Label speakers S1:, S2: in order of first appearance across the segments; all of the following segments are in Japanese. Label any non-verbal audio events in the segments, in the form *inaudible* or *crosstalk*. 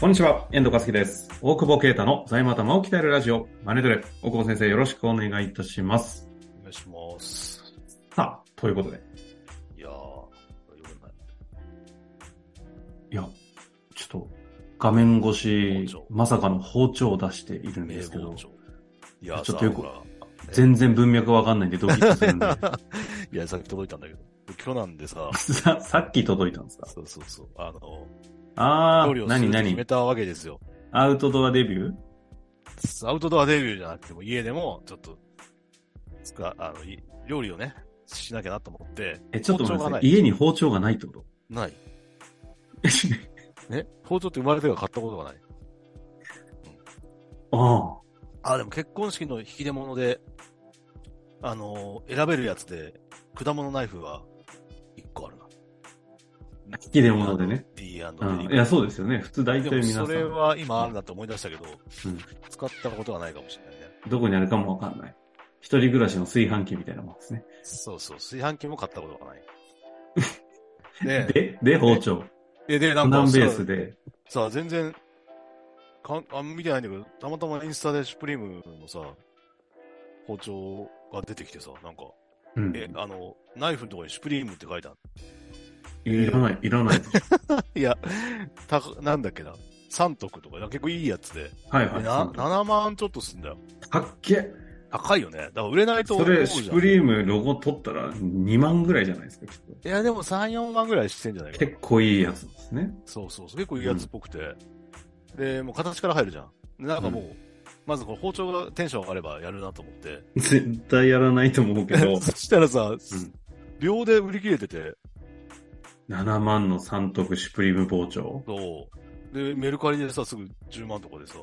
S1: こんにちは、遠藤和樹です。大久保啓太の財務頭を鍛えるラジオ、マネトレ。大久保先生、よろしくお願いいたします。
S2: お願いします。
S1: さあ、ということで。
S2: いやー、読めない。
S1: いや、ちょっと、画面越し
S2: 包丁、
S1: まさかの包丁を出しているんで
S2: 名
S1: すけど
S2: 包、丁。いやー、
S1: ちょっとよく
S2: さあほら
S1: 全然文脈わかんないんでドキッとするん
S2: *laughs*
S1: で。、
S2: ね *laughs* いや、さっき届いたんだけど。今日なんで
S1: *laughs*
S2: さ
S1: さ、さっき届いたんですか
S2: そうそうそう、あの、
S1: あ
S2: 料理
S1: ー、
S2: をす
S1: 何
S2: るって決め
S1: 何
S2: たわけですよ。
S1: アウトドアデビュー
S2: アウトドアデビューじゃなくても、家でも、ちょっと、つか、あの、い料理をね、しなきゃなと思って、
S1: え、ちょっと待ってく
S2: 包丁
S1: だ
S2: が
S1: さ
S2: ない
S1: い。家に包丁がないって
S2: *laughs*
S1: こと
S2: ない。
S1: え
S2: ね包丁って生まれてから買ったことがない。
S1: あ
S2: あ、でも結婚式の引き出物で、あのー選べるやつで、果物ナイフは1個あるな。
S1: あ、引き出物でね。
S2: D&D。
S1: うん。いや、そうですよね。普通大
S2: で
S1: 体
S2: も
S1: 皆さ
S2: それ
S1: ん、
S2: は今あるなと思い出したけど、
S1: うん
S2: 使ったことはないかもしれないね。
S1: どこにあるかもわかんない。一人暮らしの炊飯器みたいなもんですね。
S2: そうそう、炊飯器も買ったこと
S1: *laughs*
S2: がない。で、
S1: で、で、包丁。
S2: えで、
S1: ナ
S2: なんか
S1: ン
S2: さ
S1: ベースで。
S2: さあ、全然、かんあんま見てないんだけど、たまたまインスタでシュプリームのさ、包丁が出てきてさ、なんか、
S1: うん。
S2: え、あの、ナイフのところにシュプリームって書いてある。
S1: いらない、いらない。
S2: いや、たかなんだっけな、三徳とか、結構いいやつで、
S1: はい
S2: で
S1: はい。
S2: な7万ちょっとすんだよ。
S1: たっけ
S2: 高いよね。だから売れないと思
S1: そう
S2: じ
S1: れ、
S2: ゃん。
S1: シュプリームロゴ取ったら2万ぐらいじゃないですか、きっと。
S2: いや、でも3、4万ぐらいしてんじゃないかな
S1: 結。構いいやつですね。
S2: そうそうそう、結構いいやつっぽくて。で、もう形から入るじゃん。でなんかもう、まずこの包丁がテンション上がればやるなと思って。
S1: 絶対やらないと思うけど *laughs*
S2: そ、したらさ、秒で売り切れてて、
S1: 7万の三徳シュプリーム包丁。
S2: そう。で、メルカリでさ、すぐ10万とかでさ、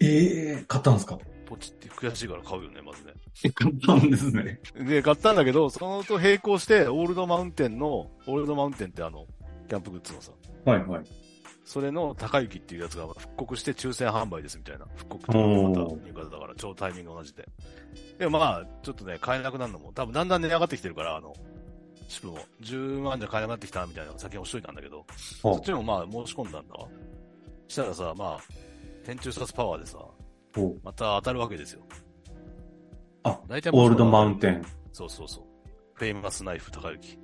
S1: ええ買ったんですか
S2: ポチって悔しいから買うよね、まずね。
S1: 買ったんですね。
S2: で、買ったんだけど、そのと並行して、オールドマウンテンの、オールドマウンテンってあの、キャンプグッズのさ、
S1: はいはい。
S2: それの高雪っていうやつが復刻して抽選販売ですみたいな。復刻と
S1: お
S2: ま
S1: ー
S2: た入荷だから、超タイミング同じで。でもまあ、ちょっとね、買えなくなるのも、多分だんだん値上がってきてるから、あの、シップも、10万じゃ買えなくなってきたみたいなの先に押しといたんだけど、そっちもまあ申し込んだんだわ。したらさ、まあ、天中殺パワーでさ、
S1: お
S2: また当たるわけですよ。
S1: あ、
S2: 大体もう
S1: オール
S2: そうな
S1: ド
S2: んだ
S1: マウンテン。
S2: そうそうそう。フェイマスナイフ高雪。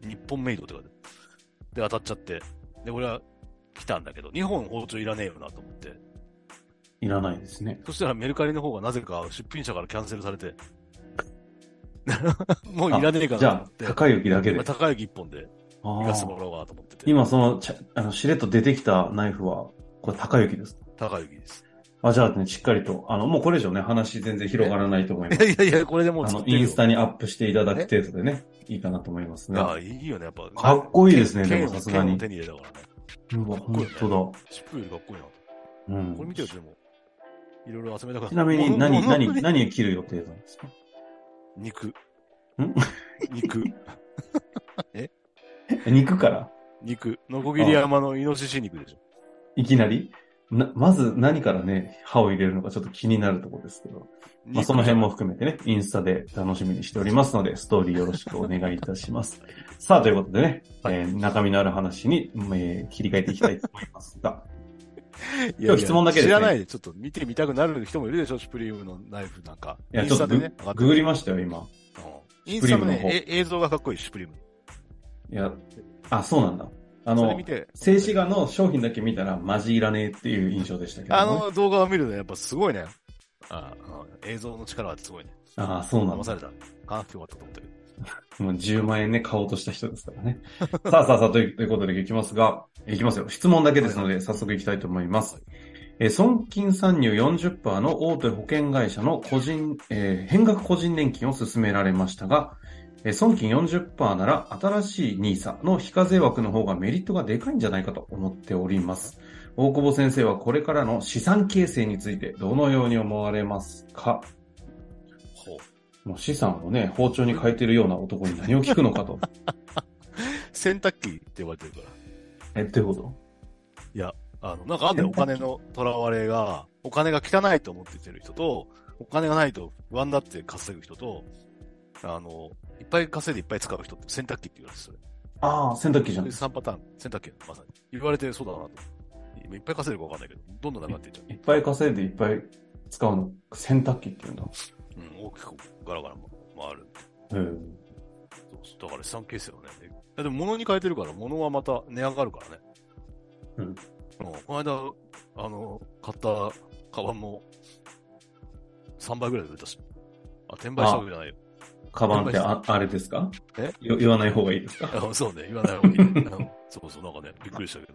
S2: 日本メイドって書いてあるで、当たっちゃって。で、俺は来たんだけど、2本包丁いらねえよなと思って。
S1: いらないですね。
S2: そしたらメルカリの方がなぜか出品者からキャンセルされて。 *laughs* もうい
S1: あ
S2: らねえかな
S1: じ
S2: と
S1: ゃ
S2: 思って。
S1: あ、高い雪だけで
S2: 今。高雪1本で
S1: あ
S2: 行
S1: ー
S2: かせてもらおうかなと思ってて。
S1: 今そのちゃ、あの、しれっと出てきたナイフは、これ高雪です。
S2: 高雪です。
S1: あ、じゃあね、しっかりと、あの、もうこれ以上ね、話全然広がらないと思いま
S2: い
S1: す。
S2: やいやいや、これでもう
S1: あ
S2: 作っ
S1: の、
S2: てるよ
S1: インスタにアップしていただく程度でね、いいかなと思いますね。
S2: ああ、いいよね、やっぱ。
S1: かっこいいですね
S2: 剣
S1: でもさすがに
S2: 剣を手に入れたからね。
S1: うわ、本当
S2: シップよりかっこいい
S1: だ。
S2: な。
S1: うん。
S2: これ見てるとでも、いろいろ集めたから。
S1: ちなみに何、
S2: 物物
S1: 何、何切る予定なんですか
S2: 肉。 *laughs* 肉。
S1: え肉から
S2: 肉。ノコギリ山のイノシシ肉でしょ。
S1: いきなりな、まず何からね、歯を入れるのかちょっと気になるところですけど、まあ、その辺も含めてね、インスタで楽しみにしておりますので、ストーリーよろしくお願いいたします。 *laughs* さあ、ということでね、
S2: はい
S1: えー中身のある話に、えー切り替えていきたいと思いますが、
S2: い
S1: 今日質問だけですね
S2: 知らないで、ちょっと見てみたくなる人もいるでしょ、シュプリームのナイフなんか。
S1: いや、
S2: *laughs* イン
S1: ちょ
S2: ス
S1: っと
S2: タ
S1: グ,、
S2: でね、上がって
S1: グ
S2: る
S1: グりましたよ、今。
S2: うんイン
S1: シュプ
S2: スタの
S1: リームの
S2: ね、え映像がかっこいい、シュプリーム。
S1: いや、あ、そうなんだ。あ
S2: それ
S1: の
S2: 見、て、
S1: 静止画の商品だけ見たらマジいらねえっていう印象でしたけど、ね。
S2: あの動画を見るとやっぱすごいね。ああ映像の力はすごいね。
S1: ああ、そうなん
S2: 騙
S1: だ。
S2: された。あよかったと思ったけど。
S1: もう10万円ね、買おうとした人ですからね。 *laughs* さあさあさあ、というということでいきますが、いきますよ。質問だけですので、早速いきたいと思います。えー損金参入40%の大手保険会社の個人、えー変額個人年金を勧められましたが、えー損金40%なら新しい NISA の非課税枠の方がメリットがでかいんじゃないかと思っております。大久保先生はこれからの資産形成についてどのように思われますか
S2: ほう。
S1: もう資産をね、包丁に変えてるような男に何を聞くのかと。
S2: 洗濯機って呼ばれてるから。
S1: え、どういうこ
S2: あの、なんかあんだよ、お金の囚われが、お金が汚いと思っててる人と、お金がないと不安だって稼ぐ人と、あの、いっぱい稼いでいっぱい使う人って洗濯機って言われてそれ。
S1: とああ、洗濯機じゃん。
S2: 3パターン、洗濯機、まさに。言われてそうだなと。もいっぱい稼いでるかわかんないけど、どんどんなくなっていっちゃ
S1: いっぱい稼いでいっぱい使うの。洗濯機っていうんだ。
S2: う。うん、大きくガラガラ回る。
S1: うん。
S2: そうそうだから資産形成はね。でいやでも物に変えてるから、物はまた値上がるからね。
S1: うん
S2: うん。この間、あの、買ったカバンも3倍ぐらいで売れたし。あ、転売したわけじゃないよ。
S1: カバンってああれですか
S2: え
S1: よ言わない方がいいですか
S2: あそうね、言わな
S1: *laughs*
S2: い方がいい。うんそうそう、なんかね、びっくりしたけ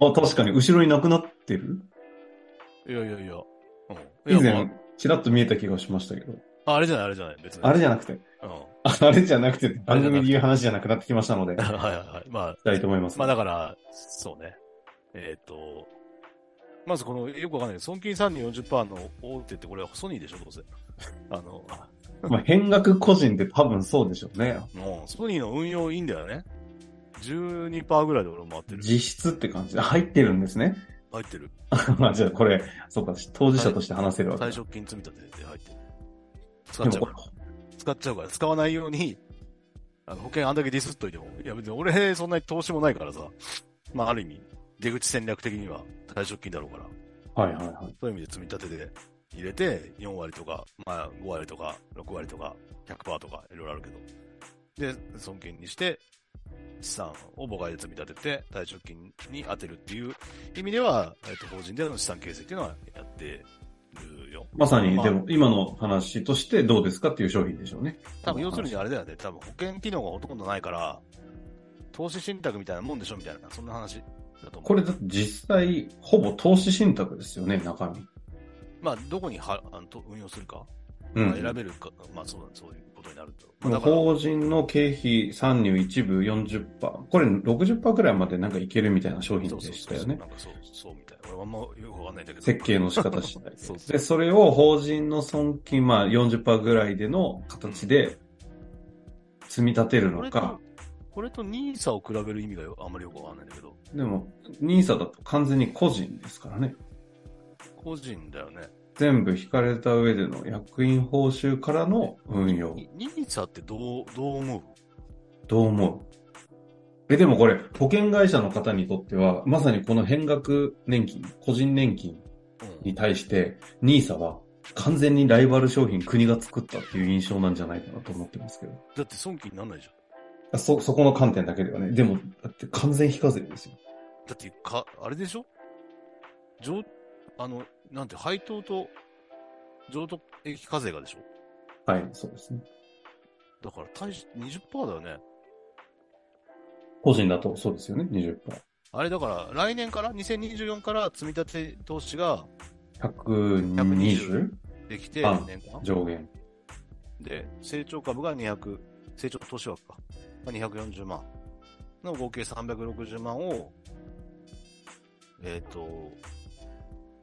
S2: ど。
S1: あ、確かに後ろになくなってる
S2: いやいやいや。うん。
S1: 以
S2: いや
S1: 前、ちらっと見えた気がしましたけど。
S2: あ、あれじゃない、あれじゃない、別に。
S1: あれじゃ
S2: ない。
S1: なくて、
S2: うん。 *laughs* は
S1: あれじゃなくて、番組で言う話じゃなくなってきましたので、
S2: い
S1: し
S2: はいはい。まあ、
S1: たいと思います。
S2: まあだから、そうね。えっ、と、まずこの、よくわかんないけど、損金3人40%の大手ってこれはソニーでしょ、どうせ。あの、
S1: まあ、変額個人って多分そうでしょうね。
S2: もう、ソニーの運用いいんだよね。12%ぐらいで俺回ってる。
S1: 実質って感じで入ってるんですね。 *laughs*
S2: 入ってる。
S1: まあじゃあこれ、そうか、当事者として話せるわけだ
S2: 退職金積み立てで入ってる。使
S1: でも
S2: っちゃう
S1: こ
S2: から。使っちゃうから。使わないように、あの保険あんだけディスっといても。いや別に俺そんなに投資もないからさ。まあある意味、出口戦略的には退職金だろうから。
S1: れはいはいはい。
S2: そういう意味で積み立てで入れて、4割とか、まあ5割とか、6割とか、100%とか、いろいろあるけど。で、損金にして、資産を母外で積み立てて、退職金に当てるっていう意味では、えっと、法人での資産形成っていうのはやってるよ。
S1: まさに、
S2: まあ
S1: でも今の話としてどうですかっていう商品でしょうね。
S2: 多分要するにあれだよね、多分保険機能がほとんどないから、投資信託みたいなもんでしょみたいな、そんな話だと思う。
S1: これだって実際、ほぼ投資信託ですよね、中身。
S2: まあ、どこにはあのと運用するか、
S1: う
S2: まあ
S1: ん。
S2: 選べるか、まあそうだ、そういうことになると。ま
S1: も
S2: あ
S1: う
S2: だから、
S1: 法人の経費参入一部40%。これ60%くらいまでなんかいけるみたいな商品でしたよね
S2: な。んかそう、そうみたいな。俺はあんまよくわかんないんだけど。
S1: 設計の仕方次第
S2: *laughs* そうそう
S1: で、それを法人の損金、まあ40%ぐらいでの形で積み立てる
S2: こ
S1: の
S2: れ
S1: か
S2: と、、これと NISA を比べる意味がよあんまりよくわかんないんだけど、
S1: でも、NISA だと完全に個人ですからね。
S2: 個人だよね。
S1: 全部引かれた上での役員報酬からの運用。
S2: に NISA ってどう、どう思う
S1: どう思うえ、でもこれ、保険会社の方にとっては、まさにこの変額年金、個人年金
S2: うん
S1: に対して、NISA は完全にライバル商品国が作ったっていう印象なんじゃないかなと思ってますけど。
S2: だって損金にならないじゃん。
S1: あそ、そこの観点だけではね。でも、だって完全非課税ですよ。
S2: だってか、あれでしょ上、あの、なんて、配当と譲渡益課税がでしょ
S1: はい、そうですね。
S2: だから、大し、20%だよね。
S1: 個人だとそうですよね、20%。
S2: あれだから、来年から、2024から積み立て投資が
S1: 120?
S2: できて、
S1: あ
S2: 年間
S1: 上限。
S2: で、成長株が200、成長投資枠か。まあ、240万。の合計360万を、えっ、と、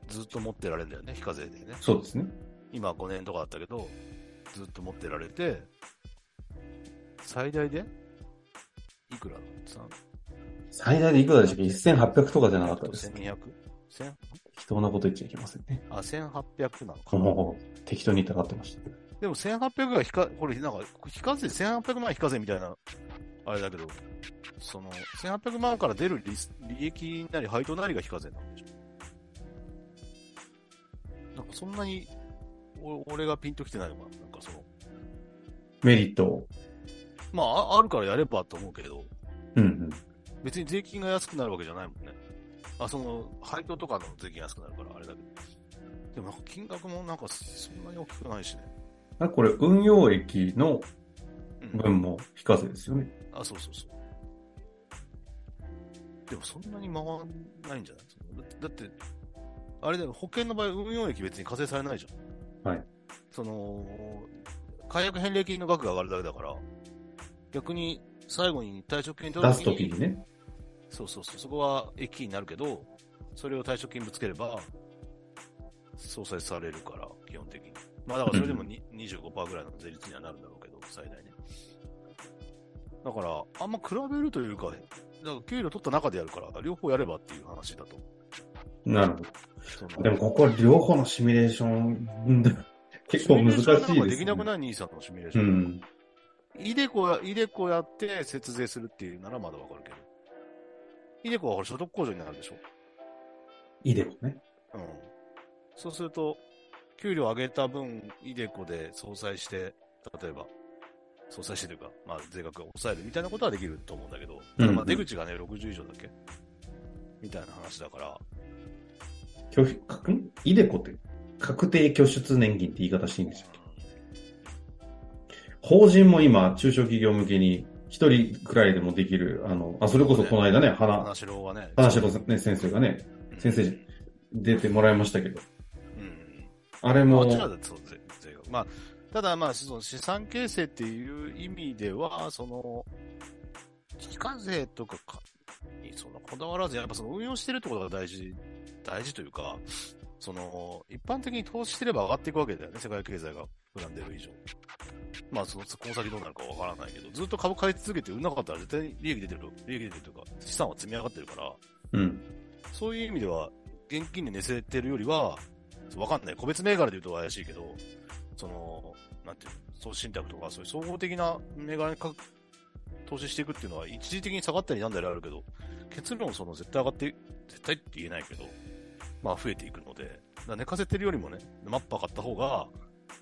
S2: ずっと持ってられるんだよね、非課税でね。
S1: そうですね。
S2: 今5年とかだったけど、ずっと持ってられて、最大でいくらだ三
S1: 最大でいくらでしたっけ ?1800 とかじゃなかったです。
S2: 1200千
S1: 適当なこと言っちゃいけませんね。
S2: あ、1800なのか。
S1: もう、適当に疑ってました。
S2: でも1800が非課、これなんか、非課税、1800万非課税みたいな、あれだけど、その、1800万から出る利利益なり配当なりが非課税なんでしょ。なんかそんなに、お俺がピンときてないのかな。なんかその、
S1: メリットを。
S2: まあ、ああるからやればと思うけど、
S1: うんうん。
S2: 別に税金が安くなるわけじゃないもんね。あ、その、配当とかの税金安くなるから、あれだけど。でもなんか金額もなんかそんなに大きくないしね。
S1: あこれ、運用益の
S2: うん
S1: 分も非課税ですよね。
S2: あ、そうそうそう。でもそんなに回らないんじゃないそのだだって、あれだよ、保険の場合、運用益別に課税されないじゃん。
S1: はい。
S2: その、解約返礼金の額が上がるだけだから、逆に最後に退職金取
S1: 出
S2: る
S1: すときにね。
S2: そうそうそう、そこは益になるけど、それを退職金ぶつければ、相殺されるから、基本的に。まあだからそれで
S1: *clears throat*
S2: もに、25%ぐらいの税率にはなるんだろうけど、最大ね。だから、あんま比べるというか、だから給料取った中でやるから、両方やればっていう話だと。
S1: なるほ
S2: その
S1: ど。でも、ここは両方のシミュレーション、
S2: *laughs*
S1: 結構難しい
S2: シミュレーションな
S1: で
S2: んか
S1: す、ね。
S2: できなくない兄さんのシミュレーシ
S1: う
S2: ョン。
S1: ん。
S2: イデコや、イデコやって節税するっていうならまだわかるけど。イデコはほら所得控除になるでしょ
S1: イデコね。
S2: うん。そうすると、給料上げた分、イデコで相殺して、例えば、相殺してというか、まあ、税額を抑えるみたいなことはできると思うんだけど、ただ
S1: うん
S2: まあ
S1: う
S2: 出
S1: ん
S2: 口がね、60以上だっけみたいな話だから、
S1: 拒否、かくんイデコって確定拠出年金って言い方していいんですよ。法人も今、中小企業向けに、一人くらいでもできる、あの、あ、それこそこの間ね、花、
S2: 花城はね、
S1: 花城ね、先生がね、
S2: うん
S1: 先生じ出てもらいましたけど、
S2: うん。
S1: あれ
S2: ま
S1: も
S2: あ、あっ、ちらだとそう税税額。まあ、ただまあ、その資産形成っていう意味では、その、非課税とかかにそのこだわらず、やっぱその運用してるってことが大事、大事というか、その、一般的に投資してれば上がっていくわけだよね、世界経済が膨らんでる以上。まあ、その、この先どうなるかわからないけど、ずっと株買い続けて売んなかったら絶対利益出てる、利益出てるというか、資産は積み上がってるから、
S1: うん。
S2: そういう意味では、現金に寝せてるよりは、そうわかんない。個別銘柄で言うと怪しいけど、その、なんていうの、投資信託とか、そういう総合的な銘柄にか投資していくっていうのは、一時的に下がったりなんだりあるけど、結論その絶対上がって、絶対って言えないけど、まあ増えていくので、だから寝かせてるよりもね、マッパ買った方が、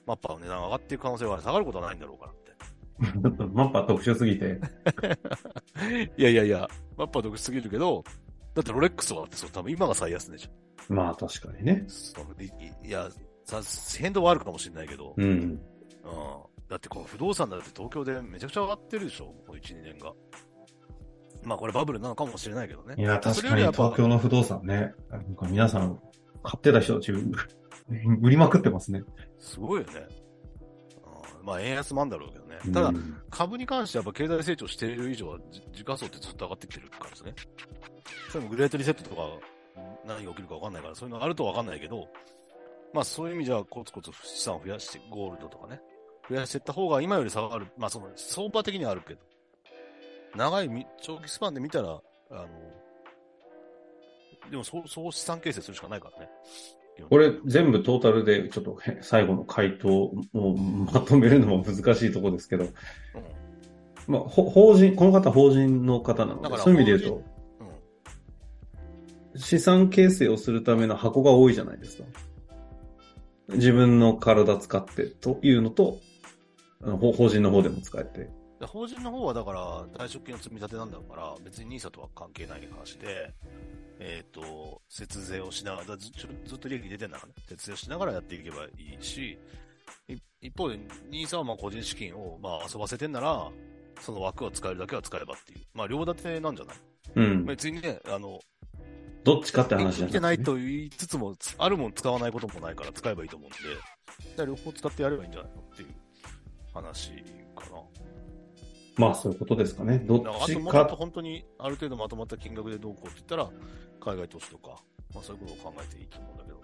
S2: マッパの値段が上がっていく可能性は下がることはないんだろうからって。
S1: ちょっとマッパ特殊すぎ
S2: *laughs*
S1: て、
S2: いやいやいや、マッパ独自すぎるけど、だってロレックスはだってそう多分今が最安値じゃん。
S1: まあ確かにね。
S2: そういいや、さ変動はあるかもしれないけど、うん
S1: うん。
S2: だってこの不動産だって東京でめちゃくちゃ上がってるでしょ、この1、2年が。まあこれバブルなのかもしれないけどね。
S1: いや、確
S2: それ
S1: か
S2: よ
S1: に
S2: りやっぱ
S1: 東京の不動産ね、なんか皆さん、買ってた人たち、 *laughs* 売りまくってますね。
S2: すごいよね。うんまあ円安もあんだろうけどね。ただ、
S1: うん
S2: 株に関してはやっぱ経済成長している以上はじ時価総ってずっと上がってきてるからですね。それもグレートリセットとか何が起きるかわかんないから、そういうのがあるとわかんないけど、まあそういう意味じゃコツコツ資産を増やして、ゴールドとかね、増やしていった方が今より下がる。まあその相場的にはあるけど、長いみ長期スパンで見たら、あの、でもそう、そう資産形成するしかないからね。
S1: これ全部トータルで、ちょっとへ最後の回答をまとめるのも難しいところですけど、
S2: うん。
S1: まあ、ほ法人、この方法人の方なの
S2: だか
S1: で、
S2: ら
S1: そういう意味で言う
S2: うん。
S1: と、資産形成をするための箱が多いじゃないですか。自分の体使ってというのと、あのほ法人の方でも使えて。
S2: で法人の方はだから退職金の積み立てなんだから、別に NISA とは関係ない話で、えっ、と、節税をしながら、ずずずっと利益出てんだからね、節税をしながらやっていけばいいし、い一方で NISA はまあ個人資金をまあ遊ばせてんなら、その枠は使えるだけは使えばっていう。まあ、両立てなんじゃない
S1: うん。
S2: 別にね、あの、
S1: どっちかって話じゃ
S2: 生
S1: な
S2: きてない
S1: くてね、
S2: と言いつつも、つあるもん使わないこともないから使えばいいと思うんで、だから両方使ってやればいいんじゃないのっていう話かな。
S1: まあそういうことですかね。どっ
S2: だからあ
S1: ち
S2: ともうちょっと
S1: か、
S2: 本当にある程度まとまった金額でどうこうって言ったら、海外投資とか、まあそういうことを考えていいと思うんだけど。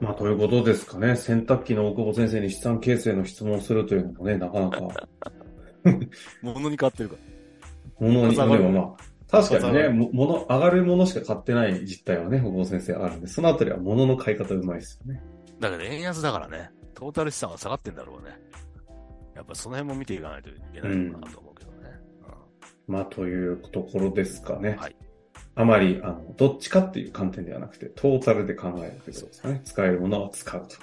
S2: うん、
S1: まあということですかね。洗濯機の大久保先生に資産形成の質問をするというのもね、なか
S2: *laughs*
S1: なか。
S2: 物に変わってるか
S1: 物に、で
S2: 上がる
S1: もまあ、確かにね、
S2: 上が
S1: も物、上がるものしか買ってない実態はね、保護先生あるんで、そのあたりは物の買い方うまいですよね。
S2: ら。だから円安だからね、トータル資産は下がってんだろうね。やっぱその辺も見ていかないといけないのかなと思うけどね。
S1: まあ、というところですかね。
S2: はい
S1: あまり、あの、どっちかっていう観点ではなくて、トータルで考えるということですかね。使えるものは使うと。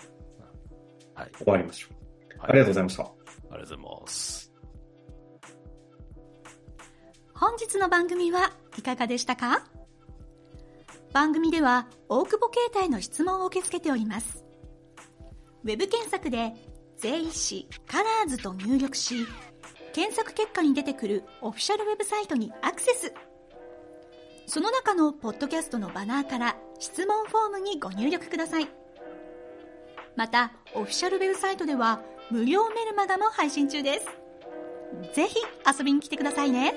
S2: はい。
S1: 終わりましょう。
S2: はい
S1: ありがとうございました。
S2: ありがとうございます。
S3: 本日の番組はいかがでしたか番組では大久保携帯の質問を受け付けております。ウェブ検索で税理士カラーズと入力し、検索結果に出てくるオフィシャルウェブサイトにアクセス。その中のポッドキャストのバナーから質問フォームにご入力ください。また、オフィシャルウェブサイトでは無料メルマガも配信中です。ぜひ遊びに来てくださいね。